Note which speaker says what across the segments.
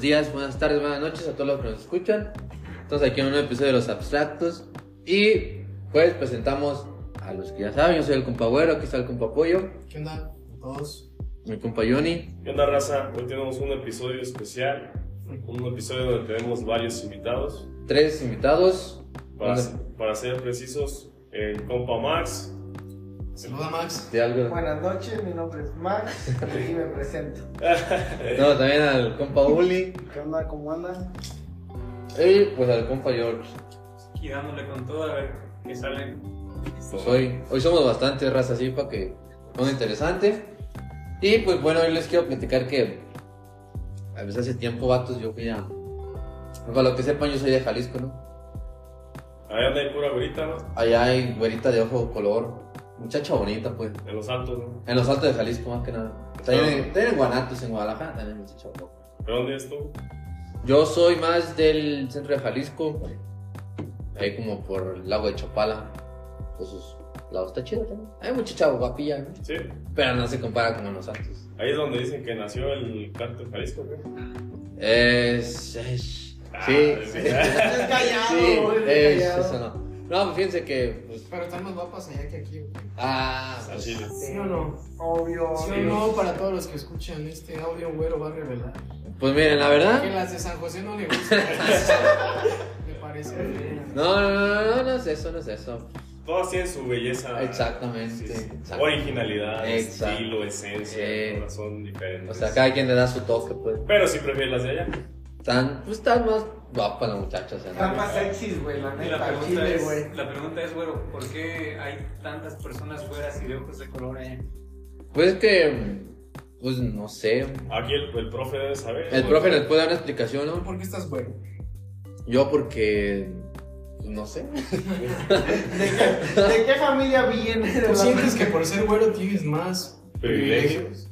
Speaker 1: días, buenas tardes, buenas noches a todos los que nos escuchan. Estamos aquí en un episodio de Los Abstractos. Y pues presentamos a los que ya saben. Yo soy el compa Güero, aquí está el compa Pollo,
Speaker 2: ¿Qué onda? Todos.
Speaker 1: mi compa Johnny.
Speaker 3: ¿Qué onda, raza? Hoy tenemos un episodio especial, un episodio donde tenemos varios invitados.
Speaker 1: Tres invitados.
Speaker 3: Para,
Speaker 1: Hola.
Speaker 3: para ser precisos, el compa Max,
Speaker 2: Saluda Max.
Speaker 1: De algo.
Speaker 4: Buenas noches, mi nombre es Max y me presento.
Speaker 1: No, también al compa Uli.
Speaker 4: ¿Qué onda? ¿Cómo andan?
Speaker 1: Y pues al compa George.
Speaker 5: y dándole con todo a ver qué sale.
Speaker 1: Pues hoy, hoy somos bastante raza así para que sea interesante. Y pues bueno, hoy les quiero platicar que a veces hace tiempo, vatos, yo fui a. Para lo que sepan, yo soy de Jalisco, ¿no?
Speaker 3: allá anda hay pura güerita, ¿no?
Speaker 1: Allá hay güerita de ojo color, muchacha bonita, pues.
Speaker 3: En los altos, ¿no?
Speaker 1: En los altos de Jalisco, más que nada. También, en- también en Guanatos, en Guadalajara, también muchacha bonita.
Speaker 3: ¿De dónde eres tú?
Speaker 1: Yo soy más del centro de Jalisco, ahí como por el lago de Chapala. Por sus lados está chido también. Hay muchacha guapilla, ¿no?
Speaker 3: Sí.
Speaker 1: Pero no se compara con los altos.
Speaker 3: Ahí es donde dicen que nació el cártel Jalisco, ¿qué?
Speaker 1: Es. es-
Speaker 3: Ah,
Speaker 1: sí,
Speaker 3: es
Speaker 1: sí.
Speaker 3: verdad.
Speaker 4: Estás callado,
Speaker 1: Sí,
Speaker 4: eres
Speaker 1: es,
Speaker 4: callado.
Speaker 1: eso no. No, pues fíjense que. pues,
Speaker 2: Pero están más guapas allá que aquí. güey.
Speaker 1: ah,
Speaker 3: Al
Speaker 1: pues,
Speaker 3: Chile.
Speaker 2: ¿Sí o no?
Speaker 4: Obvio,
Speaker 2: Sí o no, para todos los que escuchan este audio, güero va a revelar.
Speaker 1: pues miren, la
Speaker 2: Que
Speaker 1: verdad.
Speaker 2: las de San José no le gustan. Me parece. bien.
Speaker 1: No, no, no, no, no es eso, no es eso.
Speaker 3: Todas tienen su belleza.
Speaker 1: Exactamente,
Speaker 3: Sí, sí.
Speaker 1: exacto.
Speaker 3: Originalidad,
Speaker 1: Exacto.
Speaker 3: estilo, esencia,
Speaker 1: Sí.
Speaker 3: corazón diferente.
Speaker 1: O sea, cada quien le da su toque, pues.
Speaker 3: Pero sí prefieren las de allá.
Speaker 1: Tan, pues tan más guapa la muchacha, o sea.
Speaker 4: Están
Speaker 1: no.
Speaker 4: más sexys, güey, la
Speaker 5: Y la
Speaker 4: neta,
Speaker 5: pregunta,
Speaker 4: chile, güey.
Speaker 5: es, la pregunta es, güero, ¿por qué hay tantas personas güeras y de ojos de color allá?
Speaker 1: Pues que. Pues no sé.
Speaker 3: Aquí el, el profe debe saber.
Speaker 1: El profe les puede dar una explicación, ¿no?
Speaker 2: ¿Por qué estás güero?
Speaker 1: Yo porque. pues, No sé.
Speaker 4: ¿De qué, de qué familia viene?
Speaker 2: ¿Tú sientes que por ser güero tienes más eh,
Speaker 3: Privilegios.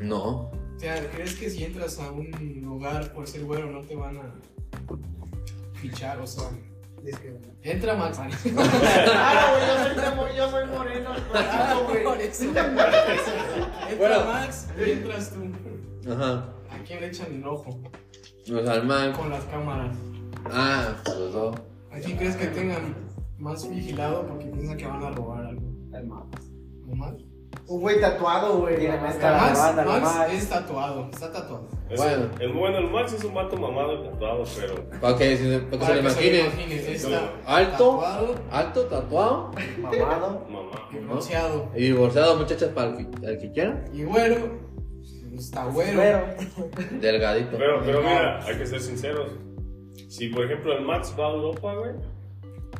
Speaker 1: No.
Speaker 2: O sea, ¿crees que si entras a un hogar por ser güero no te van a fichar? O sea, entra Max.
Speaker 4: Claro, Ah, güey, yo soy, premo- yo soy moreno. claro, güey.
Speaker 2: Por eso. Ah, eh. Entra
Speaker 1: Bueno.
Speaker 2: Max y entras tú.
Speaker 1: Ajá.
Speaker 2: ¿A quién le echan el ojo?
Speaker 1: Los alman.
Speaker 2: Con las cámaras.
Speaker 1: Ah, pues los dos.
Speaker 2: ¿A quién crees que tengan más vigilado porque piensan que van a robar algo? ¿No más?
Speaker 4: Un güey tatuado, güey.
Speaker 6: Tiene
Speaker 4: la
Speaker 6: más
Speaker 4: neta.
Speaker 6: cara.
Speaker 2: Max,
Speaker 6: banda, la
Speaker 2: Max
Speaker 6: Max.
Speaker 2: es tatuado, está tatuado.
Speaker 3: Es,
Speaker 1: Bueno.
Speaker 3: es bueno, el Max es un vato mamado y tatuado, pero.
Speaker 1: Para que, se- para que se lo imaginen.
Speaker 2: imagine, está
Speaker 1: Alto.
Speaker 2: tatuado
Speaker 1: Alto, tatuado
Speaker 6: Mamado.
Speaker 3: Mamá.
Speaker 2: y bronceado.
Speaker 1: y divorciado, muchachas, para el que, al que quiera.
Speaker 2: Y güero, está güero.
Speaker 6: Pero.
Speaker 1: Delgadito.
Speaker 3: Pero, pero mira, hay que ser sinceros. Si por ejemplo el Max va a Europa, güey,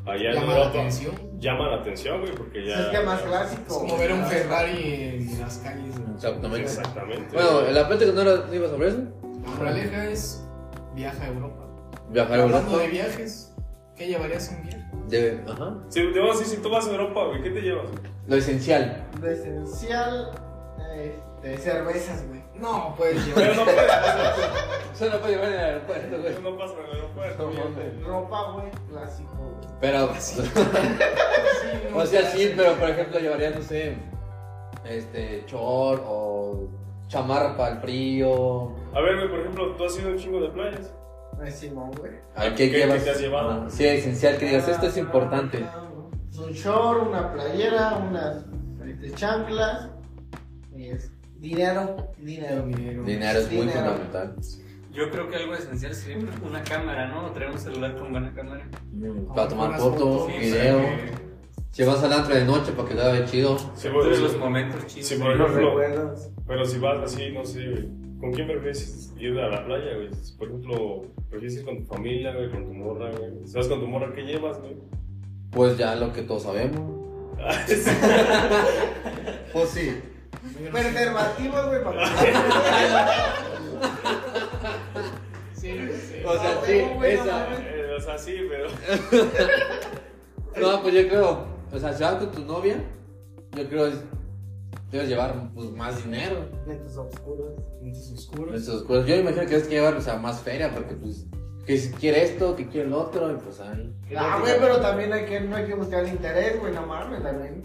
Speaker 3: allá en
Speaker 2: Llama la
Speaker 3: Europa
Speaker 2: atención.
Speaker 3: llama la atención, güey, porque ya.
Speaker 4: Es que más
Speaker 2: Es
Speaker 4: clásico.
Speaker 2: como ver un Ferrari en las calles. güey.
Speaker 1: Exactamente.
Speaker 3: Exactamente.
Speaker 1: Bueno, la parte que no era- iba sobre eso.
Speaker 2: La moraleja es viaja a Europa.
Speaker 1: Viajar a
Speaker 2: Hablando
Speaker 1: Europa.
Speaker 2: de viajes, ¿qué llevarías a un viaje?
Speaker 1: de- ajá.
Speaker 3: Si te vas a decir, si tú vas a Europa, güey, ¿qué te llevas?
Speaker 1: Lo esencial.
Speaker 4: Lo esencial, este, cervezas, güey.
Speaker 2: No, pues, puedes
Speaker 3: Pero
Speaker 2: llevar.
Speaker 3: no pasa,
Speaker 1: Eso no puede llevar en el aeropuerto, güey.
Speaker 3: no pasa en el aeropuerto. güey.
Speaker 4: Ropa, güey, clásico, güey.
Speaker 1: Pero,
Speaker 2: Sí, no,
Speaker 1: o sea,
Speaker 2: te
Speaker 1: sí,
Speaker 2: hacen-
Speaker 1: pero por ejemplo, llevaría, no sé, este, short o chamarra para el frío.
Speaker 3: A ver, güey, por ejemplo, tú has ido a un chingo de playas.
Speaker 4: No es Simón, güey.
Speaker 1: ¿A
Speaker 3: ¿Qué- qué te has llevado?
Speaker 1: Ajá. Sí, esencial, que digas, esto es importante.
Speaker 4: Un short, una playera, unas este, chanclas. y es dinero, dinero.
Speaker 1: Dinero es muy
Speaker 4: Dinero.
Speaker 1: fundamental.
Speaker 5: Yo creo que algo esencial sería una cámara, ¿no? O traer un celular con buena cámara.
Speaker 3: Mm.
Speaker 1: Para tomar fotos,
Speaker 5: Sí,
Speaker 1: video.
Speaker 5: para que-
Speaker 1: Si vas al antro de noche para que la veas chido.
Speaker 3: Sí, güey,
Speaker 5: captures los momentos chidos.
Speaker 3: Sí, por
Speaker 6: Los
Speaker 3: ejemplo.
Speaker 6: recuerdos.
Speaker 3: Pero si vas así, no sé, güey. ¿Con quién prefieres ir a la playa, güey? Si, Por ejemplo, prefieres ir con tu familia, güey, con tu morra, güey. Si vas con tu morra, ¿qué llevas, güey?
Speaker 1: Pues ya lo que todos sabemos. Pues sí.
Speaker 4: Preservativos, güey, para
Speaker 2: Sí, sí.
Speaker 1: O sea, sí, esa.
Speaker 3: Eh, o sea, sí, pero.
Speaker 1: No, pues yo creo, o sea, si vas con tu novia, yo creo es, debes llevar pues, más dinero.
Speaker 4: Netos oscuros.
Speaker 2: Puntos oscuros.
Speaker 1: Entonces, pues, yo imagino que es que llevar o sea, más feria, porque pues, que si quiere esto, que quiere el otro, y pues ahí.
Speaker 4: Ah, güey, pero también hay que, no hay que buscar el interés, güey, no mames, también.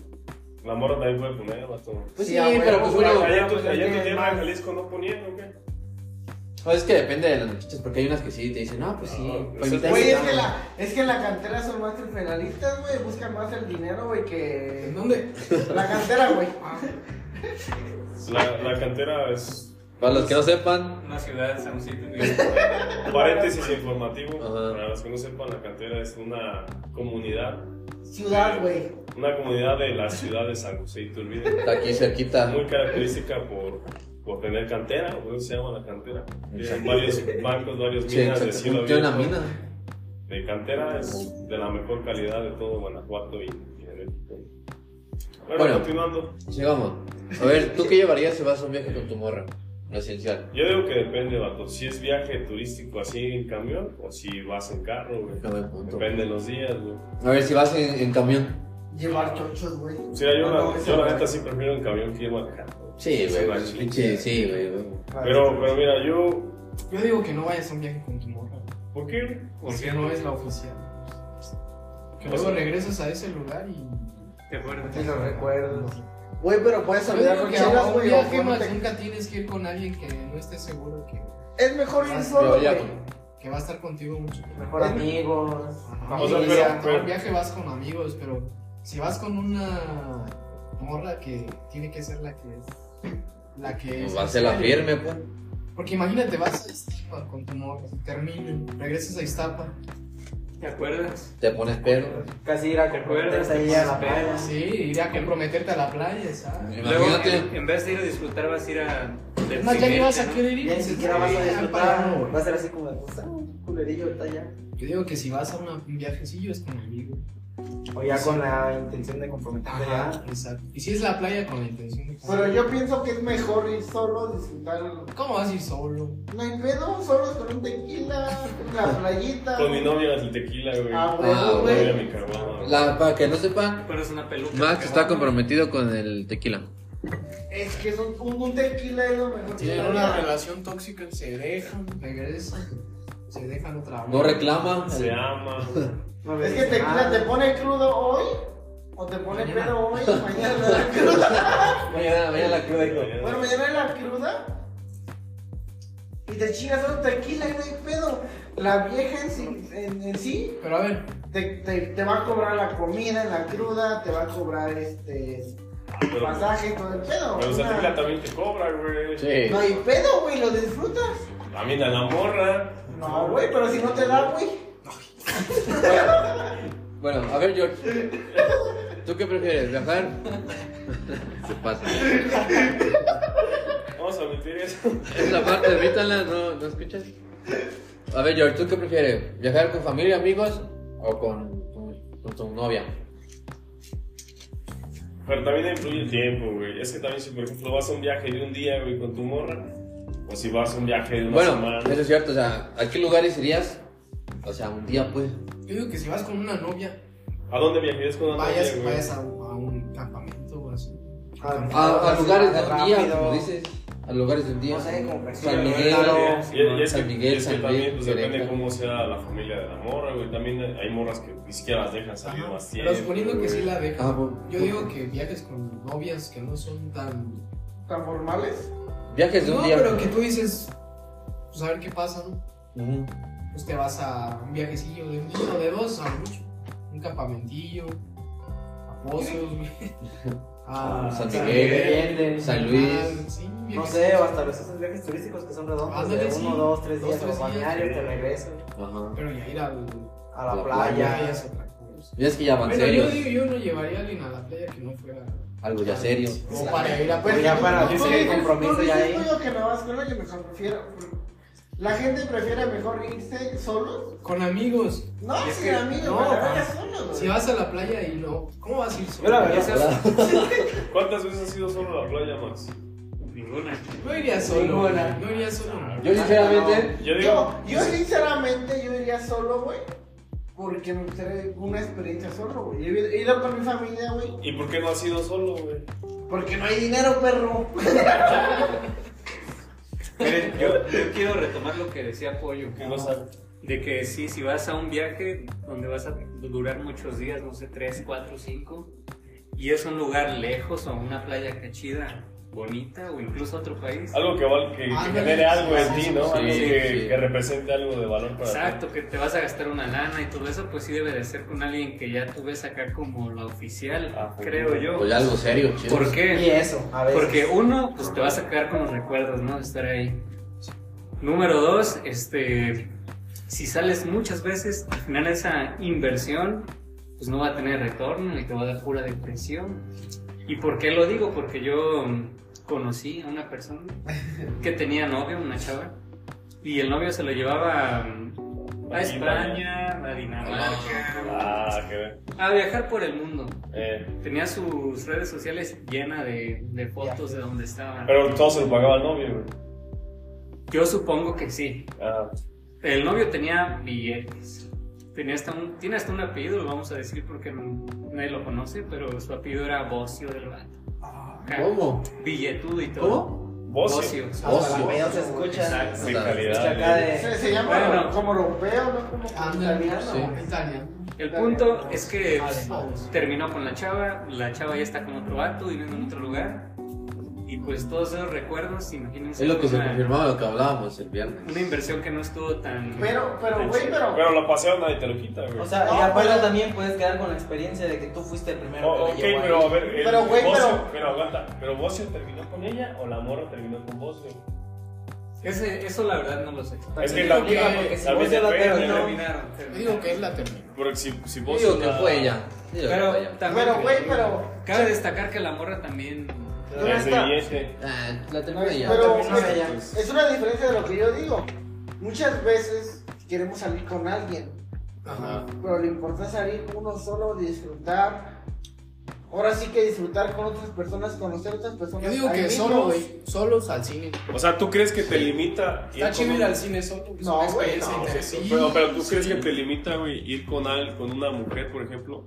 Speaker 3: La morra también puede poner, vato.
Speaker 1: Pues sí,
Speaker 4: Sí, a huevo,
Speaker 1: pero pues
Speaker 4: güey.
Speaker 1: uno.
Speaker 3: Allá en tu
Speaker 4: pues,
Speaker 3: allá en tu
Speaker 4: ya
Speaker 3: tierra, en
Speaker 4: más.
Speaker 3: Jalisco, no ponían, ¿o qué?
Speaker 1: O es que depende de las muchachas, porque hay unas que sí te dicen, no, pues sí,
Speaker 3: No,
Speaker 1: pa'
Speaker 3: pues,
Speaker 1: invitar
Speaker 4: Güey, es
Speaker 1: a-
Speaker 4: que, la, es que en la cantera son más penalistas, güey. Buscan más el dinero, güey, que.
Speaker 2: ¿En dónde?
Speaker 4: La cantera, güey.
Speaker 2: Ah,
Speaker 3: La, la cantera es.
Speaker 1: Para los que no sepan,
Speaker 5: Una ciudad, San Sitio.
Speaker 3: Paréntesis informativo.
Speaker 1: Ajá.
Speaker 3: Para los que no sepan, la cantera es una comunidad.
Speaker 4: Ciudad, güey.
Speaker 3: Una comunidad de la ciudad de San José Iturbide.
Speaker 1: está aquí cerquita.
Speaker 3: Muy característica por, por tener cantera, por eso se llama la cantera. Tienen varios bancos, varios
Speaker 1: Sí,
Speaker 3: minas de
Speaker 1: se-
Speaker 3: cielo
Speaker 1: tiene una
Speaker 3: abierto.
Speaker 1: mina.
Speaker 3: De cantera es de la mejor calidad de todo Guanajuato y, y de México. Bueno,
Speaker 1: Bueno.
Speaker 3: continuando.
Speaker 1: Sigamos. A ver, ¿tú qué llevarías si vas a un viaje con tu morra? Lo esencial.
Speaker 3: Yo digo que depende, vato. Si es viaje turístico así en camión o si vas en carro, güey.
Speaker 1: No me punto.
Speaker 3: Depende de los días, güey.
Speaker 1: A ver, si vas en, en camión.
Speaker 4: Llevar chochos, güey.
Speaker 3: O sea, yo,
Speaker 2: No,
Speaker 3: la-
Speaker 2: no,
Speaker 3: yo
Speaker 2: eso
Speaker 3: la
Speaker 2: no.
Speaker 3: neta sí prefiero en camión que ir manejando.
Speaker 1: Sí,
Speaker 3: Esa es
Speaker 1: güey.
Speaker 3: la
Speaker 1: pues,
Speaker 3: chingada.
Speaker 1: pinche- Sí, güey. güey.
Speaker 2: Ah,
Speaker 3: Pero, pero mira, yo.
Speaker 2: Yo digo que no vayas a un viaje con tu morra.
Speaker 3: ¿Por qué? Pues
Speaker 2: Porque no es la oficial. Que
Speaker 3: O
Speaker 2: luego
Speaker 3: sea-
Speaker 2: regresas a ese lugar y.
Speaker 5: Te fuerte.
Speaker 4: Te lo recuerdo. Güey, pero puedes
Speaker 2: Yo
Speaker 4: olvidar
Speaker 2: digo
Speaker 4: con
Speaker 2: que a
Speaker 4: chelas,
Speaker 2: un
Speaker 4: güey. o
Speaker 2: viaje
Speaker 4: con
Speaker 2: más
Speaker 4: te-
Speaker 2: nunca tienes que ir con alguien que no esté seguro que,
Speaker 4: Es mejor ir
Speaker 2: Más
Speaker 4: solo,
Speaker 1: yo ya,
Speaker 4: güey.
Speaker 1: güey.
Speaker 2: que va a estar contigo mucho.
Speaker 4: Mejor amigos.
Speaker 2: Ajá.
Speaker 3: O sea,
Speaker 2: Y
Speaker 3: pero-
Speaker 2: a- a
Speaker 3: pero-
Speaker 2: un viaje vas con amigos, pero si vas con una morra que tiene que ser la que es. La
Speaker 3: Pues
Speaker 2: que es.
Speaker 1: Va a ser la
Speaker 2: oficial.
Speaker 1: firme, pues.
Speaker 2: Porque imagínate, vas a Iztapa con tu morra, terminan, regresas a Iztapa.
Speaker 5: ¿Te acuerdas?
Speaker 1: Te pones perro.
Speaker 4: Casi ir a
Speaker 5: ¿Te acuerdas?
Speaker 4: comprometerte ahí a la
Speaker 5: Sí.
Speaker 4: playa.
Speaker 2: Sí, ir a comprometerte a la playa, ¿sabes?
Speaker 1: Imagínate.
Speaker 5: Luego, en, en vez de ir a disfrutar, vas a ir a.
Speaker 2: Es más, ya ni vas a
Speaker 5: ¿no?
Speaker 2: querer ir.
Speaker 4: Ya ni
Speaker 2: dices,
Speaker 4: siquiera vas a
Speaker 2: "Ay, ya para,
Speaker 4: disfrutar.
Speaker 2: güey".
Speaker 4: Va a ser así como de, "Pues, ah, un culerillo está allá.
Speaker 2: Yo digo que si vas a una- un viajecillo es con amigos.
Speaker 4: O ya con la intención de comprometerte ya.
Speaker 2: exacto. Y si es la playa con la intención de.
Speaker 4: Pero yo pienso que es mejor ir solo, disfrutar. No
Speaker 2: ¿Cómo vas a ir solo?
Speaker 4: hay pedo, solos con un tequila, en la playita.
Speaker 3: Con mi novia, el tequila, güey.
Speaker 4: Ah,
Speaker 1: Ah,
Speaker 4: huevo,
Speaker 3: Voy a
Speaker 4: güey.
Speaker 3: mi caguama, güey.
Speaker 1: La- para que no sepan,
Speaker 5: Pero es una peluca.
Speaker 1: Max
Speaker 5: que
Speaker 1: está
Speaker 5: va.
Speaker 1: comprometido con el tequila.
Speaker 4: Es que son- un, un tequila es lo mejor.
Speaker 2: Tienen
Speaker 4: que
Speaker 2: una
Speaker 4: hay.
Speaker 2: relación tóxica, se dejan, regresan, se dejan otra vez.
Speaker 1: No reclama.
Speaker 3: Se ama.
Speaker 4: Es que tequila te pone crudo hoy. O te pone
Speaker 2: Mañana.
Speaker 4: pedo hoy, mañana la cruda.
Speaker 1: Mañana, mañana la cruda, hijo.
Speaker 4: Bueno, mañana la cruda. Y te chingas un tequila y no hay pedo. La vieja en sí, en- en sí
Speaker 2: Pero a ver,
Speaker 4: Te, te, te va a cobrar la comida en la cruda, te va a cobrar este
Speaker 3: Pero-
Speaker 4: pasaje, todo el pedo.
Speaker 3: Pero esa
Speaker 4: Una-
Speaker 3: tequila también te cobra, güey.
Speaker 1: Sí.
Speaker 4: No hay pedo, güey, lo disfrutas.
Speaker 3: También a la morra.
Speaker 4: No, güey, pero si no te da, güey.
Speaker 1: Bueno, a ver, George. ¿Tú qué prefieres? ¿Viajar? Se pasa.
Speaker 3: Vamos a omitir eso.
Speaker 1: Esa parte, evítala, ¿no, ¿no escuchas? A ver, George, ¿tú qué prefieres? ¿Viajar con familia, amigos o con tu, con tu novia?
Speaker 3: Pero también influye el tiempo, güey. Es que también si, por ejemplo, vas a un viaje de un día, güey, con tu morra. O si vas a un viaje de una
Speaker 1: Bueno,
Speaker 3: semana.
Speaker 1: eso es cierto, o sea, ¿a qué lugares irías? O sea, un día, pues.
Speaker 2: yo digo que si vas con una novia,
Speaker 3: ¿A dónde viajarías con una
Speaker 2: vayas,
Speaker 3: novia, güey?
Speaker 2: vayas a, a un campamento o así.
Speaker 1: A, a lugares de un día,
Speaker 4: Rápido.
Speaker 1: como dices. A lugares de un día.
Speaker 4: No sé, como que sí,
Speaker 1: San Miguel.
Speaker 4: claro.
Speaker 3: Y, y es que,
Speaker 1: San Miguel,
Speaker 3: y es que
Speaker 1: San
Speaker 3: también
Speaker 1: Luis,
Speaker 3: pues, depende
Speaker 1: Querétaro.
Speaker 3: cómo sea la familia de la morra, güey. También hay morras que ni siquiera las dejan salir
Speaker 2: Ajá.
Speaker 3: más tiempo.
Speaker 2: Pero suponiendo que
Speaker 3: güey.
Speaker 2: sí la
Speaker 1: Ah,
Speaker 2: dejan.
Speaker 1: bu-
Speaker 2: Yo digo que viajes con novias que no son tan.
Speaker 4: ¿Tan formales?
Speaker 1: Viajes de un
Speaker 2: No,
Speaker 1: día.
Speaker 2: pero que tú dices, pues a ver qué pasa, ¿no?
Speaker 1: Ujú.
Speaker 2: Pues te vas a un viajecillo de un día o de dos, a lo mucho. Un campamentillo, a pozos, güey. a
Speaker 1: San
Speaker 2: San
Speaker 1: Miguel,
Speaker 2: Miguel,
Speaker 1: San
Speaker 2: Yucatán,
Speaker 1: Luis.
Speaker 2: sí, un
Speaker 4: No
Speaker 2: viajecillo.
Speaker 4: sé, o hasta los esos viajes turísticos que son redondos, de
Speaker 2: Ándale, sí.
Speaker 4: uno, dos, tres
Speaker 2: Dos,
Speaker 4: días, a
Speaker 2: tres
Speaker 4: los
Speaker 2: días.
Speaker 4: balnearios, te regreso
Speaker 1: Ajá.
Speaker 2: Pero ya ir al-
Speaker 4: a la,
Speaker 1: La
Speaker 2: a la
Speaker 1: playa.
Speaker 4: playa.
Speaker 2: playa es otra cosa.
Speaker 1: Ya es que ya van
Speaker 2: Bueno, yo,
Speaker 1: serios.
Speaker 2: digo, yo no llevaría a alguien a la playa que no fuera.
Speaker 1: Algo Pues ya serio.
Speaker 2: O para ir a
Speaker 4: Pero Pues ya para
Speaker 2: Yo
Speaker 4: dice
Speaker 2: digo
Speaker 4: el
Speaker 2: que-
Speaker 4: compromiso ya ahí.
Speaker 6: Yo digo que no vas con alguien, mejor prefiero. La gente prefiere mejor irse solos.
Speaker 2: Con amigos.
Speaker 6: No,
Speaker 5: Es
Speaker 6: sin
Speaker 5: que-
Speaker 6: amigos,
Speaker 2: no,
Speaker 6: para
Speaker 2: pa-
Speaker 4: pues,
Speaker 6: vaya solo, güey.
Speaker 2: Si vas a la playa y no, ¿cómo vas a ir solo?
Speaker 4: Yo la
Speaker 5: Y
Speaker 4: verdad,
Speaker 5: esas-
Speaker 3: ¿Cuántas veces has ido solo a la playa, Max?
Speaker 5: Ninguna.
Speaker 2: No iría solo.
Speaker 4: Ninguna.
Speaker 2: No iría solo.
Speaker 1: Yo sinceramente.
Speaker 3: Yo digo,
Speaker 6: Yo, yo sinceramente, yo iría solo, güey. Porque me gustaría una experiencia solo, güey. Yo He ido con mi familia, güey.
Speaker 3: ¿y por qué no has ido solo, güey?
Speaker 6: Porque no hay dinero, perro.
Speaker 5: Miren, yo, yo quiero retomar lo que decía Pollo.
Speaker 3: Que no sabes.
Speaker 5: De que sí, si vas a un viaje donde vas a durar muchos días, no sé, 3, 4, 5, y es un lugar lejos o una playa que chida, bonita o incluso a otro país.
Speaker 3: Algo que, val- que, que
Speaker 2: Ándale.
Speaker 3: genere algo en
Speaker 2: Sí,
Speaker 3: ti, ¿no?
Speaker 1: sí,
Speaker 3: algo que,
Speaker 1: sí.
Speaker 3: que represente algo de valor para
Speaker 5: Exacto, que te vas a gastar una lana y todo eso, pues sí debe de ser con alguien que ya tú ves acá como la oficial,
Speaker 3: Ah,
Speaker 5: creo yo.
Speaker 1: Pues algo serio, chido.
Speaker 5: ¿Por qué?
Speaker 4: Y eso, a veces.
Speaker 5: Porque uno, pues te vas a quedar con los recuerdos, ¿no? De estar ahí. Número dos, este, si sales muchas veces, al final esa inversión, pues no va a tener retorno y te va a dar pura depresión. ¿Y por qué lo digo? Porque yo mm, conocí a una persona que tenía novio, una chava, y el novio se lo llevaba mm, a
Speaker 3: Aquí,
Speaker 5: España, a
Speaker 3: ti.
Speaker 5: Dinamarca,
Speaker 3: Ah, qué bien.
Speaker 5: a viajar por el mundo.
Speaker 3: Eh,
Speaker 5: Tenía sus redes sociales llenas de, de fotos de donde estaban.
Speaker 3: pero todo se lo pagaba el novio, güey.
Speaker 5: Yo supongo que sí.
Speaker 3: Ah,
Speaker 5: El novio tenía billetes. Tenía hasta un, tiene hasta un apellido, lo vamos a decir porque n- nadie lo conoce, pero su apellido era Bocio del Vato. Acá,
Speaker 1: Ah, ¿Cómo?
Speaker 5: Billetudo y todo.
Speaker 1: ¿Cómo?
Speaker 3: vos sí.
Speaker 5: Bocio.
Speaker 4: Hasta la
Speaker 1: Ocio.
Speaker 4: huella se escucha.
Speaker 5: Exacto.
Speaker 3: Sin
Speaker 1: Hasta-
Speaker 4: Se escucha
Speaker 3: calidad.
Speaker 4: acá
Speaker 3: güey.
Speaker 4: de.
Speaker 6: Se, se llama
Speaker 5: Bueno.
Speaker 6: como europeo, ¿no? Como
Speaker 2: Ándale,
Speaker 6: italiano.
Speaker 1: sí.
Speaker 6: güey.
Speaker 2: italiano.
Speaker 5: El punto es que
Speaker 1: Ah,
Speaker 2: Además.
Speaker 5: terminó con la chava, la chava ya está con otro vato viviendo en otro lugar. Y pues todos esos recuerdos, imagínense.
Speaker 1: Es lo que se
Speaker 5: una-
Speaker 1: confirmaba lo que hablábamos el
Speaker 5: Una
Speaker 1: viernes.
Speaker 5: inversión que no estuvo tan.
Speaker 6: Pero, pero,
Speaker 5: tan
Speaker 6: güey,
Speaker 5: chida.
Speaker 6: pero.
Speaker 3: Pero la pasión nadie te lo quita, güey. Oh,
Speaker 4: O sea, y
Speaker 6: No,
Speaker 4: aparte
Speaker 6: pero-
Speaker 4: también puedes quedar con la experiencia de que tú fuiste el primero
Speaker 3: Oh,
Speaker 4: que
Speaker 3: ok,
Speaker 4: le llevó
Speaker 3: pero a
Speaker 4: ahí.
Speaker 3: ver, el
Speaker 6: Pero, güey,
Speaker 3: Bocio-
Speaker 6: pero-
Speaker 3: pero aguanta, ¿pero Bocio terminó con ella o la morra terminó con Bocio?
Speaker 5: Ese- eso la verdad no lo sé.
Speaker 3: Es que
Speaker 4: También
Speaker 3: la-
Speaker 4: digo, porque si
Speaker 3: también
Speaker 4: vos ya la
Speaker 3: depende,
Speaker 4: terminó,
Speaker 5: Terminaron,
Speaker 2: Yo
Speaker 5: terminaron.
Speaker 2: digo que es la terminó.
Speaker 3: Porque si, si
Speaker 1: Yo
Speaker 3: vos
Speaker 1: digo que
Speaker 3: la-
Speaker 1: fue ella. Yo digo que
Speaker 5: Pero
Speaker 1: fue ella.
Speaker 5: también.
Speaker 6: Pero, güey, pero.
Speaker 5: Cabe destacar que la morra también.
Speaker 6: Pero
Speaker 3: Es de
Speaker 6: está-
Speaker 3: billete.
Speaker 1: Ah, la terminó ella.
Speaker 6: Pero
Speaker 4: también es ella.
Speaker 6: es- es una diferencia de lo que yo digo. Muchas veces queremos salir con alguien,
Speaker 2: Ajá.
Speaker 6: pero le importa salir uno solo, disfrutar. Ahora sí que disfrutar con otras personas, conocer otras personas.
Speaker 2: Yo digo
Speaker 6: ahí
Speaker 2: que
Speaker 6: mismo.
Speaker 2: solo, güey. Solos al cine.
Speaker 3: O sea, ¿tú crees que te limita ir
Speaker 2: Está chido
Speaker 3: con
Speaker 2: ir
Speaker 3: un-
Speaker 2: al cine solo. Es
Speaker 6: No,
Speaker 2: una
Speaker 6: güey,
Speaker 2: experiencia
Speaker 6: no,
Speaker 2: interesante.
Speaker 3: Pero, pero tú crees que te limita, güey, ir con, al, con una mujer, por ejemplo,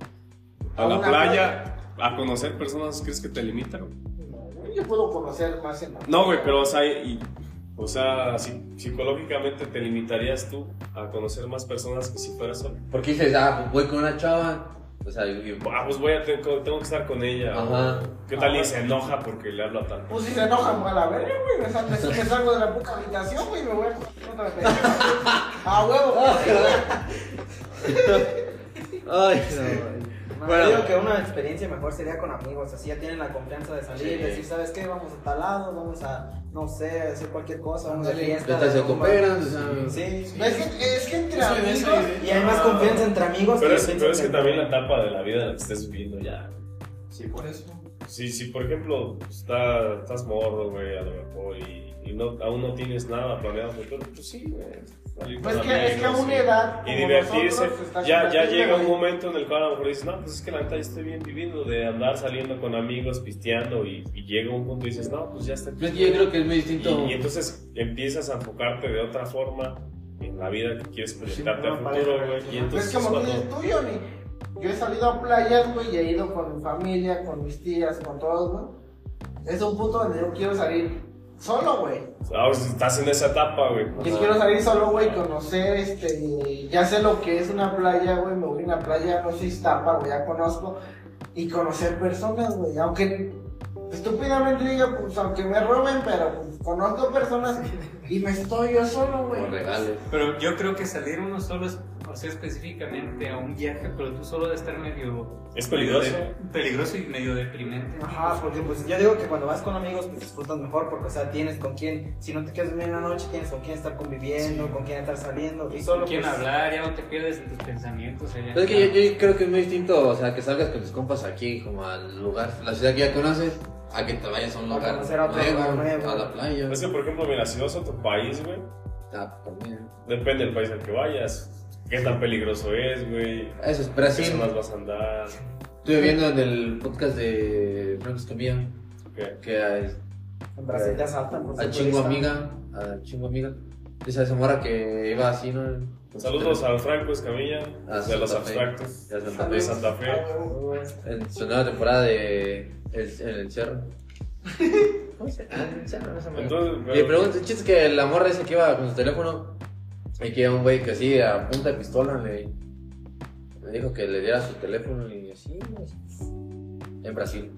Speaker 3: a,
Speaker 6: A
Speaker 3: la
Speaker 6: una
Speaker 3: playa, a conocer personas, ¿crees que te limita, güey?
Speaker 6: No, Yo puedo conocer más en la-
Speaker 3: No, güey, pero, o sea, y- o sea si- psicológicamente te limitarías tú a conocer más personas que si fueras solo.
Speaker 1: Porque dices, ah, pues voy con una chava. O sea, yo, yo-
Speaker 3: Ah, pues voy a, te- tengo, que estar con ella.
Speaker 1: Ajá.
Speaker 3: ¿Qué tal y se enoja porque le hablo a tal?
Speaker 6: Pues si se enoja, me va a la verga, güey. Me sal- me salgo de la puta habitación, güey, y me voy a conocer otra vez. A huevo,
Speaker 1: Ay,
Speaker 4: No,
Speaker 1: Bueno.
Speaker 4: yo digo que una experiencia mejor sería con amigos, así ya tienen la confianza de salir,
Speaker 1: Sí.
Speaker 4: decir, ¿sabes qué? Vamos a tal lado, vamos a, no sé, a hacer cualquier cosa, vamos de
Speaker 2: Ándale,
Speaker 4: fiesta.
Speaker 1: Mientras
Speaker 4: de
Speaker 1: se
Speaker 4: rumba.
Speaker 1: cooperan, o sea.
Speaker 4: Sí.
Speaker 2: Sí.
Speaker 6: Es que, es que entre
Speaker 2: Eso es
Speaker 6: amigos.
Speaker 2: eso,
Speaker 4: Y hay más confianza entre amigos
Speaker 3: Pero es,
Speaker 4: entre
Speaker 3: pero es que también la etapa de la vida en la que estés viviendo ya.
Speaker 2: Sí, por eso.
Speaker 3: Si, si por ejemplo, está, estás morro, güey, a lo mejor, y, y no, aún no tienes nada planeado futuro, pues sí, güey. salir con
Speaker 6: Pues que, es que a
Speaker 3: amigos
Speaker 6: una
Speaker 3: y-
Speaker 6: edad.
Speaker 3: Y
Speaker 6: como
Speaker 3: divertirse.
Speaker 6: nosotros, está
Speaker 3: Ya, ya
Speaker 6: divertido,
Speaker 3: llega un
Speaker 6: güey.
Speaker 3: momento en el cual a lo mejor dices, no, pues es que la neta ya estoy bien viviendo de andar saliendo con amigos, pisteando, y, y llega un punto y dices, no, pues ya está.
Speaker 1: Pero es que yo creo que es muy distinto.
Speaker 3: Y, y entonces empiezas a enfocarte de otra forma en la vida que quieres proyectarte
Speaker 4: no,
Speaker 3: a
Speaker 4: para
Speaker 3: futuro,
Speaker 4: eso,
Speaker 3: güey. Y
Speaker 4: pues,
Speaker 6: Pues
Speaker 3: entonces
Speaker 6: como no
Speaker 3: cuando-
Speaker 6: es tuyo, ni. Yo he salido a playas, güey, y he ido con mi familia, con mis tías, con todos, güey. Es un punto donde yo quiero salir solo, güey.
Speaker 3: ahora estás en esa etapa, güey.
Speaker 6: Yo quiero salir solo, güey, conocer, este, ya sé lo que es una playa, güey, me voy a una playa, no sé Iztapa, güey, ya conozco, y conocer personas, güey, aunque estúpidamente diga, pues, aunque me roben, pero pues, conozco personas y me estoy yo solo, güey.
Speaker 1: Con regales.
Speaker 5: Pero yo creo que salir uno solo, es- o sea, específicamente a un viaje, pero tú solo de estar medio.
Speaker 3: Es peligroso.
Speaker 5: medio de- Peligroso y medio deprimente.
Speaker 4: Ajá, porque pues yo digo que cuando vas con amigos pues disfrutas mejor porque o sea tienes con quién, si no te quedas dormido en la noche tienes con quién estar conviviendo, con quién estar saliendo y solo
Speaker 5: Con quién
Speaker 4: pues,
Speaker 5: hablar, ya no te pierdes en tus pensamientos. allá.
Speaker 1: Pero Es que yo, yo creo que es muy distinto, o sea, que salgas con tus compas aquí, como al lugar, la ciudad que ya conoces, a que te vayas a un
Speaker 4: A
Speaker 1: lugar
Speaker 4: conocer a otro lugar nuevo.
Speaker 1: a la playa.
Speaker 3: Es que, por ejemplo, mira, si vas a otro país, güey,
Speaker 1: Ah, también.
Speaker 3: depende del país al que vayas. Qué tan peligroso es, güey.
Speaker 1: Eso es
Speaker 3: ¿Qué
Speaker 1: Brasil.
Speaker 3: zonas vas a andar?
Speaker 1: Estuve viendo en el podcast de Franco Escamilla
Speaker 3: ¿Qué?
Speaker 1: que a-
Speaker 4: En Brasil te asaltan por
Speaker 1: a
Speaker 4: ser
Speaker 1: chingo
Speaker 4: turista.
Speaker 1: amiga, a chingo amiga, esa zamora que iba así, ¿no?
Speaker 3: Saludos al Franco Escamilla, de los
Speaker 1: Ah, Santa Fe.
Speaker 3: abstractos.
Speaker 1: Ya Santa
Speaker 3: De
Speaker 1: Fe.
Speaker 3: Santa
Speaker 6: Ah,
Speaker 3: Fe.
Speaker 6: güey, güey.
Speaker 1: En su nueva temporada de El, en el Cerro. ¿Cómo se llama? Ah, El Cerro, no se me
Speaker 3: Entonces,
Speaker 1: Y le
Speaker 3: pero-
Speaker 1: pregunto, el chiste es que la morra esa que iba con su teléfono y que iba un güey que así a punta de pistola le, le dijo que le diera su teléfono y así, así. pues, en Brasil.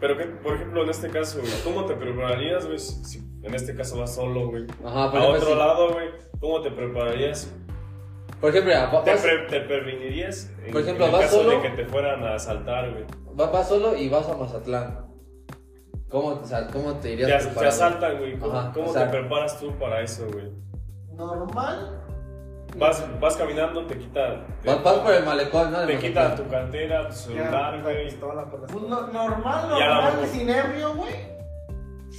Speaker 3: Pero, que, por ejemplo, en este caso, güey, ¿cómo te prepararías, güey? Si si en este caso vas solo, güey.
Speaker 1: Ajá, pues,
Speaker 3: A
Speaker 1: por ejemplo,
Speaker 3: otro
Speaker 1: si-
Speaker 3: lado, güey, ¿cómo te prepararías?
Speaker 1: Por ejemplo, mira, va-
Speaker 3: ¿Te,
Speaker 1: vas,
Speaker 3: pre- te prevenirías en,
Speaker 1: Por ejemplo,
Speaker 3: en el
Speaker 1: ¿vas
Speaker 3: caso
Speaker 1: solo?
Speaker 3: de que te fueran a asaltar, güey?
Speaker 1: va- vas solo y vas a Mazatlán. ¿Cómo, o sea, cómo te
Speaker 3: Te,
Speaker 1: irías
Speaker 3: as- te
Speaker 1: preparado?
Speaker 3: asaltan, güey. ¿Cómo,
Speaker 1: Ajá,
Speaker 3: cómo
Speaker 1: asalto.
Speaker 3: te preparas tú para eso, güey?
Speaker 6: Normal.
Speaker 3: Vas, vas caminando, te quita... te-
Speaker 1: Vas, vas por el malecón, ¿no? De
Speaker 3: Te
Speaker 1: Mazatlán.
Speaker 3: quita tu cartera, tu celular, güey.
Speaker 6: Pues no- normal,
Speaker 3: Ya la
Speaker 6: normal,
Speaker 3: vamos.
Speaker 6: sin nervio, güey.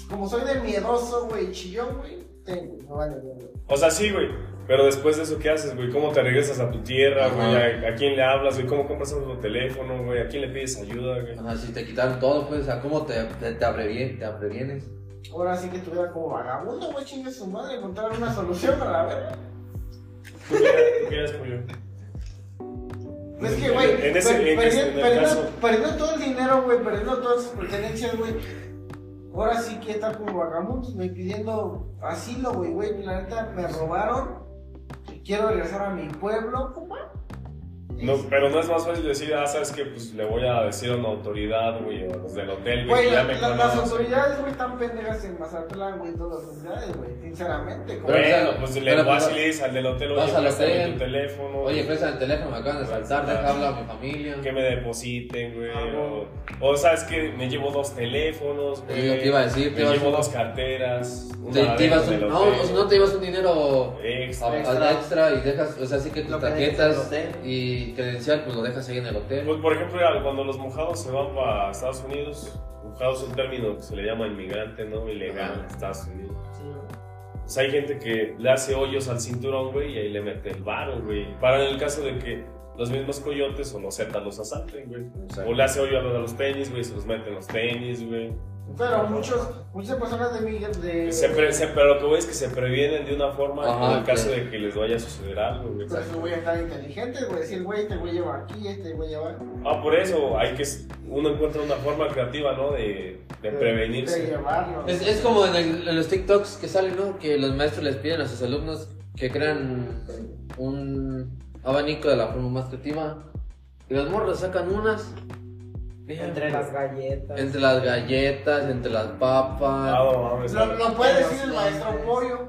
Speaker 6: Como soy de miedoso, güey, chillón, güey. Tengo, no vale, güey.
Speaker 3: O sea, sí, güey. Pero después de eso, ¿qué haces, güey? ¿Cómo te regresas a tu tierra,
Speaker 1: Ajá.
Speaker 3: güey? ¿A, a quién le hablas, güey? ¿Cómo compras otro teléfono, güey? ¿A quién le pides ayuda, güey?
Speaker 1: Ajá, si te quitaron todo, pues, o sea, ¿cómo te, te, te abrevie- te aprevienes?
Speaker 6: Ahora sí que estuviera como vagabundo, güey, chingue su madre, encontrar una solución para ver.
Speaker 3: ¿Tú qué- tú qué haces, Julio?
Speaker 6: Es que, güey,
Speaker 3: En ese-
Speaker 6: per-
Speaker 3: en ese- en
Speaker 6: perdiendo,
Speaker 3: el
Speaker 6: perdiendo-
Speaker 3: caso.
Speaker 6: perdiendo todo el dinero, güey, perdiendo todas sus pertenencias, güey. Ahora sí que está como vagabundos, güey, pidiendo asilo, güey, güey. La neta, me robaron. Quiero regresar a mi pueblo, compa.
Speaker 3: No, pero no es más fácil decir, ah, sabes que pues le voy a decir a una autoridad, güey, o a los del hotel, güey,
Speaker 6: Güey,
Speaker 3: que ya
Speaker 6: la-
Speaker 3: me
Speaker 6: la- las
Speaker 3: conocen.
Speaker 6: autoridades, güey, están pendejas en Mazatlán, güey, todas las autoridades, güey, sinceramente. como-
Speaker 1: Güey,
Speaker 3: Bueno, pues le
Speaker 1: Pero,
Speaker 3: vas
Speaker 1: pues,
Speaker 3: y le dices al del hotel,
Speaker 1: vas
Speaker 3: oye,
Speaker 1: al
Speaker 3: préstame
Speaker 1: hotel.
Speaker 3: tu teléfono,
Speaker 1: Oye, presa el teléfono, me acaban de asaltar, deja hablar a mi familia.
Speaker 3: que me depositen, güey,
Speaker 2: Ah,
Speaker 3: o, o sabes que me llevo dos teléfonos,
Speaker 1: Te
Speaker 3: güey,
Speaker 1: digo, te iba a decir, te
Speaker 3: me
Speaker 1: ibas
Speaker 3: llevo
Speaker 1: un-
Speaker 3: dos carteras,
Speaker 1: Te,
Speaker 3: una
Speaker 1: te ibas
Speaker 3: del
Speaker 1: un, no,
Speaker 3: hotel.
Speaker 1: o si no te ibas un dinero
Speaker 3: Extra.
Speaker 1: a- a-
Speaker 4: Extra.
Speaker 1: extra. y dejas, o sea, sí que tus
Speaker 4: Lo que dejas en el
Speaker 1: tarjetas
Speaker 4: hotel.
Speaker 1: y credencial, pues lo dejas ahí en el hotel.
Speaker 3: Pues, por ejemplo, ya, cuando los mojados se van para Estados Unidos, mojado es un término que se le llama inmigrante, ¿no? Ilegal
Speaker 1: Ajá.
Speaker 3: en Estados Unidos. O sea, hay gente que le hace hoyos al cinturón, güey, y ahí le mete el varo, güey. Para en el caso de que los mismos coyotes o los zetas los asalten, güey. O le hace hoyo a los, a los tenis, güey, se los meten los tenis, güey.
Speaker 6: Pero muchos, muchas personas de mi... De,
Speaker 3: Se pre- se- pero lo que voy es que se previenen de una forma
Speaker 1: Ajá,
Speaker 3: en el caso
Speaker 1: ok.
Speaker 3: de que les vaya a suceder algo, güey.
Speaker 6: Entonces pues, voy a estar inteligente, güey, decir, güey, este güey lleva aquí, este güey lleva...
Speaker 3: Ah, por eso hay que uno encuentra una forma creativa, ¿no? De, de prevenirse.
Speaker 6: De llevarlo.
Speaker 1: Es, es como en, el- en los TikToks que salen, ¿no? Que los maestros les piden a sus alumnos que crean un abanico de la forma más creativa. Y los morros sacan unas.
Speaker 4: Entre las galletas.
Speaker 1: Entre las galletas, entre las papas.
Speaker 3: Ah, no mames,
Speaker 6: Lo, lo puede
Speaker 4: Pero
Speaker 6: decir el
Speaker 4: sí,
Speaker 6: maestro
Speaker 4: es-
Speaker 6: Pollo.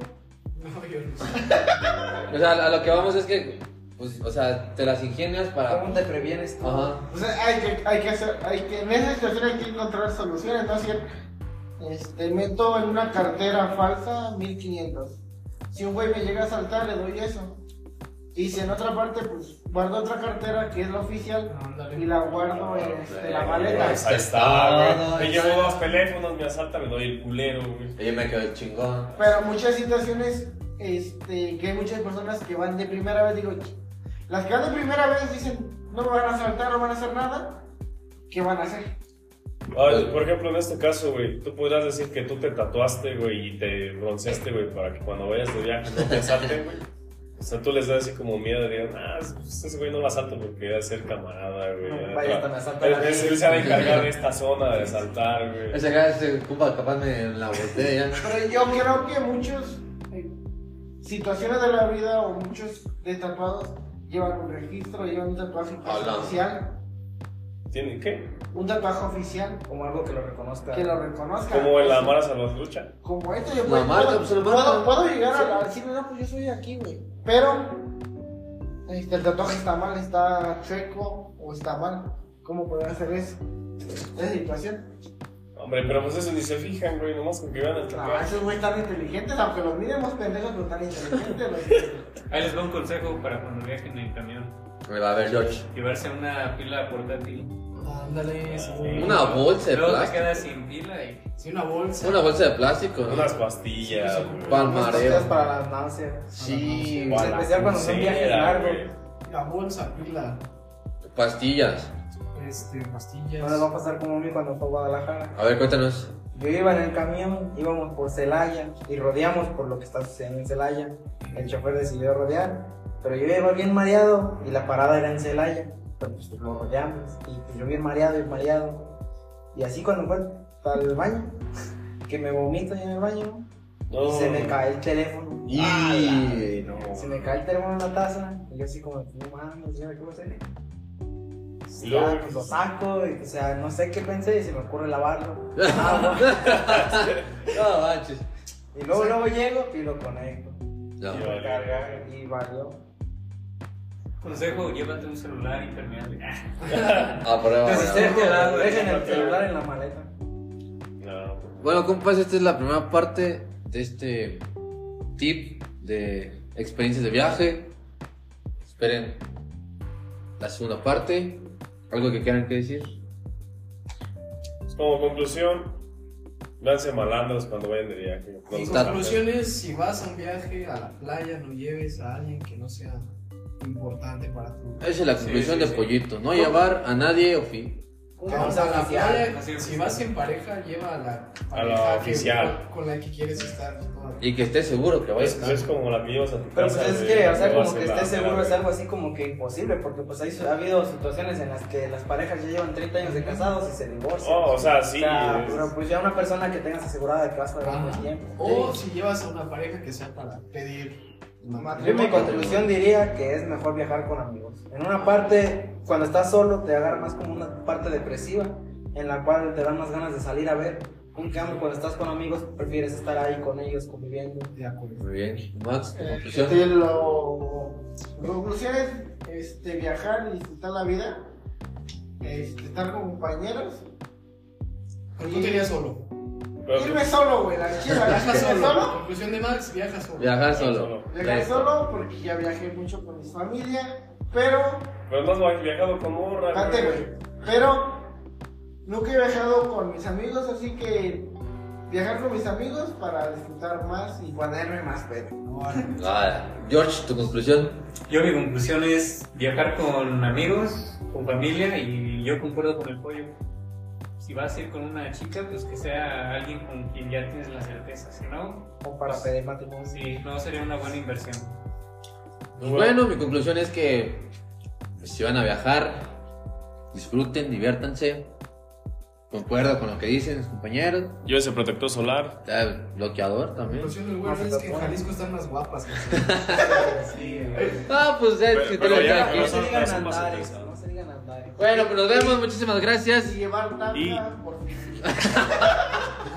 Speaker 2: No, yo no sé.
Speaker 1: O sea, a lo que vamos es que, pues, o sea, te las ingenias para.
Speaker 4: ¿Cómo te previenes tú?
Speaker 1: Ajá.
Speaker 6: O sea, hay que, hay que hacer, hay que, en esa situación hay que encontrar soluciones, no decir, este, meto en una cartera falsa 1500. Si un güey me llega a saltar, le doy eso. Y si en otra parte, pues, guardo otra cartera que es la oficial
Speaker 2: Ándale.
Speaker 6: y la guardo en este, la maleta.
Speaker 3: Ahí está,
Speaker 1: Ah,
Speaker 3: güey. Me
Speaker 1: ya
Speaker 3: llevo
Speaker 1: sé.
Speaker 3: dos teléfonos, me asalta, me doy el culero, güey.
Speaker 1: Y yo me quedo el chingón.
Speaker 6: Pero muchas situaciones, este, que hay muchas personas que van de primera vez, digo, "Ch-". las que van de primera vez dicen, no me van a saltar, no van a hacer nada, ¿qué van a hacer?
Speaker 3: Ah, por ejemplo, en este caso, güey, tú podrías decir que tú te tatuaste, güey, y te bronceaste, güey, para que cuando vayas de viaje no te asalten, güey. O sea, tú les das así como miedo, digan, ah, pues, ese güey no lo asalto porque va a ser camarada, güey.
Speaker 4: No me
Speaker 3: Ya
Speaker 4: vayas,
Speaker 3: tra-
Speaker 4: me asalta la
Speaker 3: Él- él- Él se ha de encargar de esta zona de asaltar, güey.
Speaker 1: Ese acá, ese compa capaz me la botella.
Speaker 6: Pero yo creo que muchas situaciones de la vida o muchos de tatuados llevan un registro, llevan un tatuaje
Speaker 1: Hola.
Speaker 6: oficial,
Speaker 3: ¿Tienen qué?
Speaker 6: un tatuaje oficial
Speaker 4: Como algo que lo reconozca.
Speaker 6: que lo reconozca.
Speaker 3: Como en la Mara Salvatrucha.
Speaker 6: Como esto yo
Speaker 1: La
Speaker 6: puedo,
Speaker 1: marca,
Speaker 6: puedo-
Speaker 1: pues, la marca.
Speaker 6: puedo, puedo llegar a la- decir, no, pues yo soy de aquí, güey. Pero este, el tatuaje está mal, está chueco o está mal. ¿Cómo poder hacer eso? Esa situación.
Speaker 3: Hombre, pero pues eso ni se fijan, güey, nomás con que vean el
Speaker 6: Ah,
Speaker 3: tatuaje.
Speaker 6: esos güey tan inteligentes, aunque los miremos pendejos, pero tan inteligentes. güey.
Speaker 5: Ahí les va un consejo para cuando viajen en camión.
Speaker 1: Me va a ver George.
Speaker 5: Llevarse una pila portátil.
Speaker 2: Ándale, eso.
Speaker 1: Una bolsa de
Speaker 5: Luego te
Speaker 1: plástico.
Speaker 5: quedas sin pila y...
Speaker 2: Sí, una bolsa.
Speaker 1: Una bolsa de plástico. ¿no?
Speaker 3: Unas pastillas, güey.
Speaker 4: Unas
Speaker 1: Palmareo.
Speaker 4: pastillas para las náuseas.
Speaker 1: Sí.
Speaker 3: O a la
Speaker 4: Especial cuando son viajes
Speaker 3: pulsera,
Speaker 4: largos.
Speaker 3: güey.
Speaker 2: La bolsa, pila,
Speaker 1: Pastillas.
Speaker 2: este,
Speaker 4: Ahora va a
Speaker 2: pastillas.
Speaker 4: pasar como a mí cuando fue a Guadalajara.
Speaker 1: A ver, cuéntanos.
Speaker 4: Yo iba en el camión, íbamos por Celaya y rodeamos por lo que está sucediendo en Celaya. El chofer decidió rodear, pero yo iba bien mareado y la parada era en Celaya. Pero pues lo rodeamos y pues, yo bien mareado y mareado. Y así cuando fue al baño, que me vomito en el baño
Speaker 3: No.
Speaker 4: y se me cae el teléfono.
Speaker 1: Y
Speaker 3: Oh. No.
Speaker 4: Se me cae el teléfono en la taza y yo así como, no mames, ya, ¿cómo se pues
Speaker 3: Y
Speaker 4: ya
Speaker 3: luego-
Speaker 4: pues, lo saco, y, o sea, no sé qué pensé y se me ocurre lavarlo.
Speaker 1: No, manches.
Speaker 4: Y luego, luego llego y lo conecto.
Speaker 1: No.
Speaker 3: Y
Speaker 4: Lo
Speaker 3: valió.
Speaker 4: carga y valió.
Speaker 5: Consejo, llévate un celular y terminale. Ah,
Speaker 1: A prueba.
Speaker 4: Entonces,
Speaker 1: ¿verdad?
Speaker 4: déjenlo, dejen el celular en la maleta.
Speaker 3: No,
Speaker 1: Bueno, compas, esta es la primera parte de este tip de experiencias de viaje. Esperen la segunda parte. ¿Algo que quieran que decir?
Speaker 3: pues, como conclusión, véanse malandros cuando vayan de viaje. No
Speaker 2: Mi
Speaker 3: los
Speaker 2: conclusión es, si vas a un viaje a la playa, no lleves a alguien que no sea importante para tu...
Speaker 1: Esa es la
Speaker 3: Sí,
Speaker 1: conclusión
Speaker 3: sí,
Speaker 1: de
Speaker 3: sí.
Speaker 1: Pollito. No llevar a nadie ofi
Speaker 2: Que vas a la playa, si vas en pareja, lleva a la pareja que-
Speaker 3: oficial.
Speaker 2: con la que quieres estar. ¿no?
Speaker 1: y que esté seguro que
Speaker 3: Es,
Speaker 1: vayas.
Speaker 3: es como la que llevas a tu
Speaker 4: Pero
Speaker 3: casa.
Speaker 4: pues es
Speaker 3: de-
Speaker 4: que, o sea,
Speaker 3: de
Speaker 4: como
Speaker 3: base
Speaker 4: que
Speaker 3: la-
Speaker 4: estés
Speaker 3: la-
Speaker 4: seguro es algo así como que imposible, porque pues hay, ha habido situaciones en las que las parejas ya llevan 30 años de casados y se divorcian.
Speaker 3: Oh, o sea, sí.
Speaker 4: o sea,
Speaker 3: es-
Speaker 4: pero pues ya una persona que tengas asegurada de que vas a durar mucho tiempo.
Speaker 2: O si llevas a una pareja que sea para pedir
Speaker 4: Yo mi
Speaker 2: matrimonio.
Speaker 4: conclusión diría que es mejor viajar con amigos. En una parte, cuando estás solo, te agarra más como una parte depresiva, en la cual te dan más ganas de salir a ver. En cambio, cuando estás con amigos, prefieres estar ahí con ellos, conviviendo.
Speaker 2: De acuerdo.
Speaker 1: Muy bien. Max, tu
Speaker 6: Eh,
Speaker 1: conclusión.
Speaker 6: este, lo, lo crucial es este, viajar y disfrutar la vida, este, estar con compañeros.
Speaker 2: Pero tú querías solo.
Speaker 3: pero-
Speaker 6: Irme solo, güey, la chida,
Speaker 2: Viaja
Speaker 6: irme
Speaker 2: solo.
Speaker 6: solo.
Speaker 2: Conclusión de Max, viaja solo.
Speaker 1: Viajar
Speaker 3: Viajar
Speaker 1: solo.
Speaker 6: Viajar
Speaker 1: Sí.
Speaker 6: solo porque ya viajé mucho con mi familia, pero
Speaker 3: Pero no has viajado con morra.
Speaker 6: Espérate, güey. Pero nunca he viajado con mis amigos, así que viajar con mis amigos para disfrutar más y ponerme más pedo.
Speaker 2: Ahora,
Speaker 1: Ah, George, tu conclusión.
Speaker 5: Yo mi conclusión es viajar con amigos, con familia y yo concuerdo con el pollo. Si vas a ir con una chica, pues que sea alguien con quien ya tienes la certeza, si no,
Speaker 4: O para pedir matrimonio.
Speaker 5: sí, no sería una buena inversión.
Speaker 1: Pues bueno, mi conclusión es que pues, si van a viajar, disfruten, diviértanse. Concuerdo con lo que dicen mis compañeros.
Speaker 3: Yo ese protector solar.
Speaker 1: Está el bloqueador
Speaker 2: La
Speaker 1: también.
Speaker 2: conclusión del güey es que en Jalisco están más guapas. que
Speaker 4: Sí,
Speaker 1: Ah, pues ya,
Speaker 3: Pero-
Speaker 1: si te
Speaker 3: pero
Speaker 1: lo
Speaker 3: ya,
Speaker 1: ya-
Speaker 3: pero
Speaker 4: no
Speaker 1: ya-
Speaker 4: se
Speaker 3: son-
Speaker 4: digan
Speaker 3: son más
Speaker 4: andares,
Speaker 3: interesados.
Speaker 4: no se digan andares.
Speaker 1: Bueno, pues nos vemos. Muchísimas gracias.
Speaker 6: Y llevar tanta
Speaker 3: Y-
Speaker 6: por
Speaker 2: Adiós,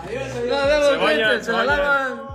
Speaker 2: adiós.
Speaker 1: Nos vemos,
Speaker 3: Se bañan,
Speaker 1: gente.
Speaker 3: se
Speaker 1: Se la
Speaker 3: bañan.
Speaker 1: lavan.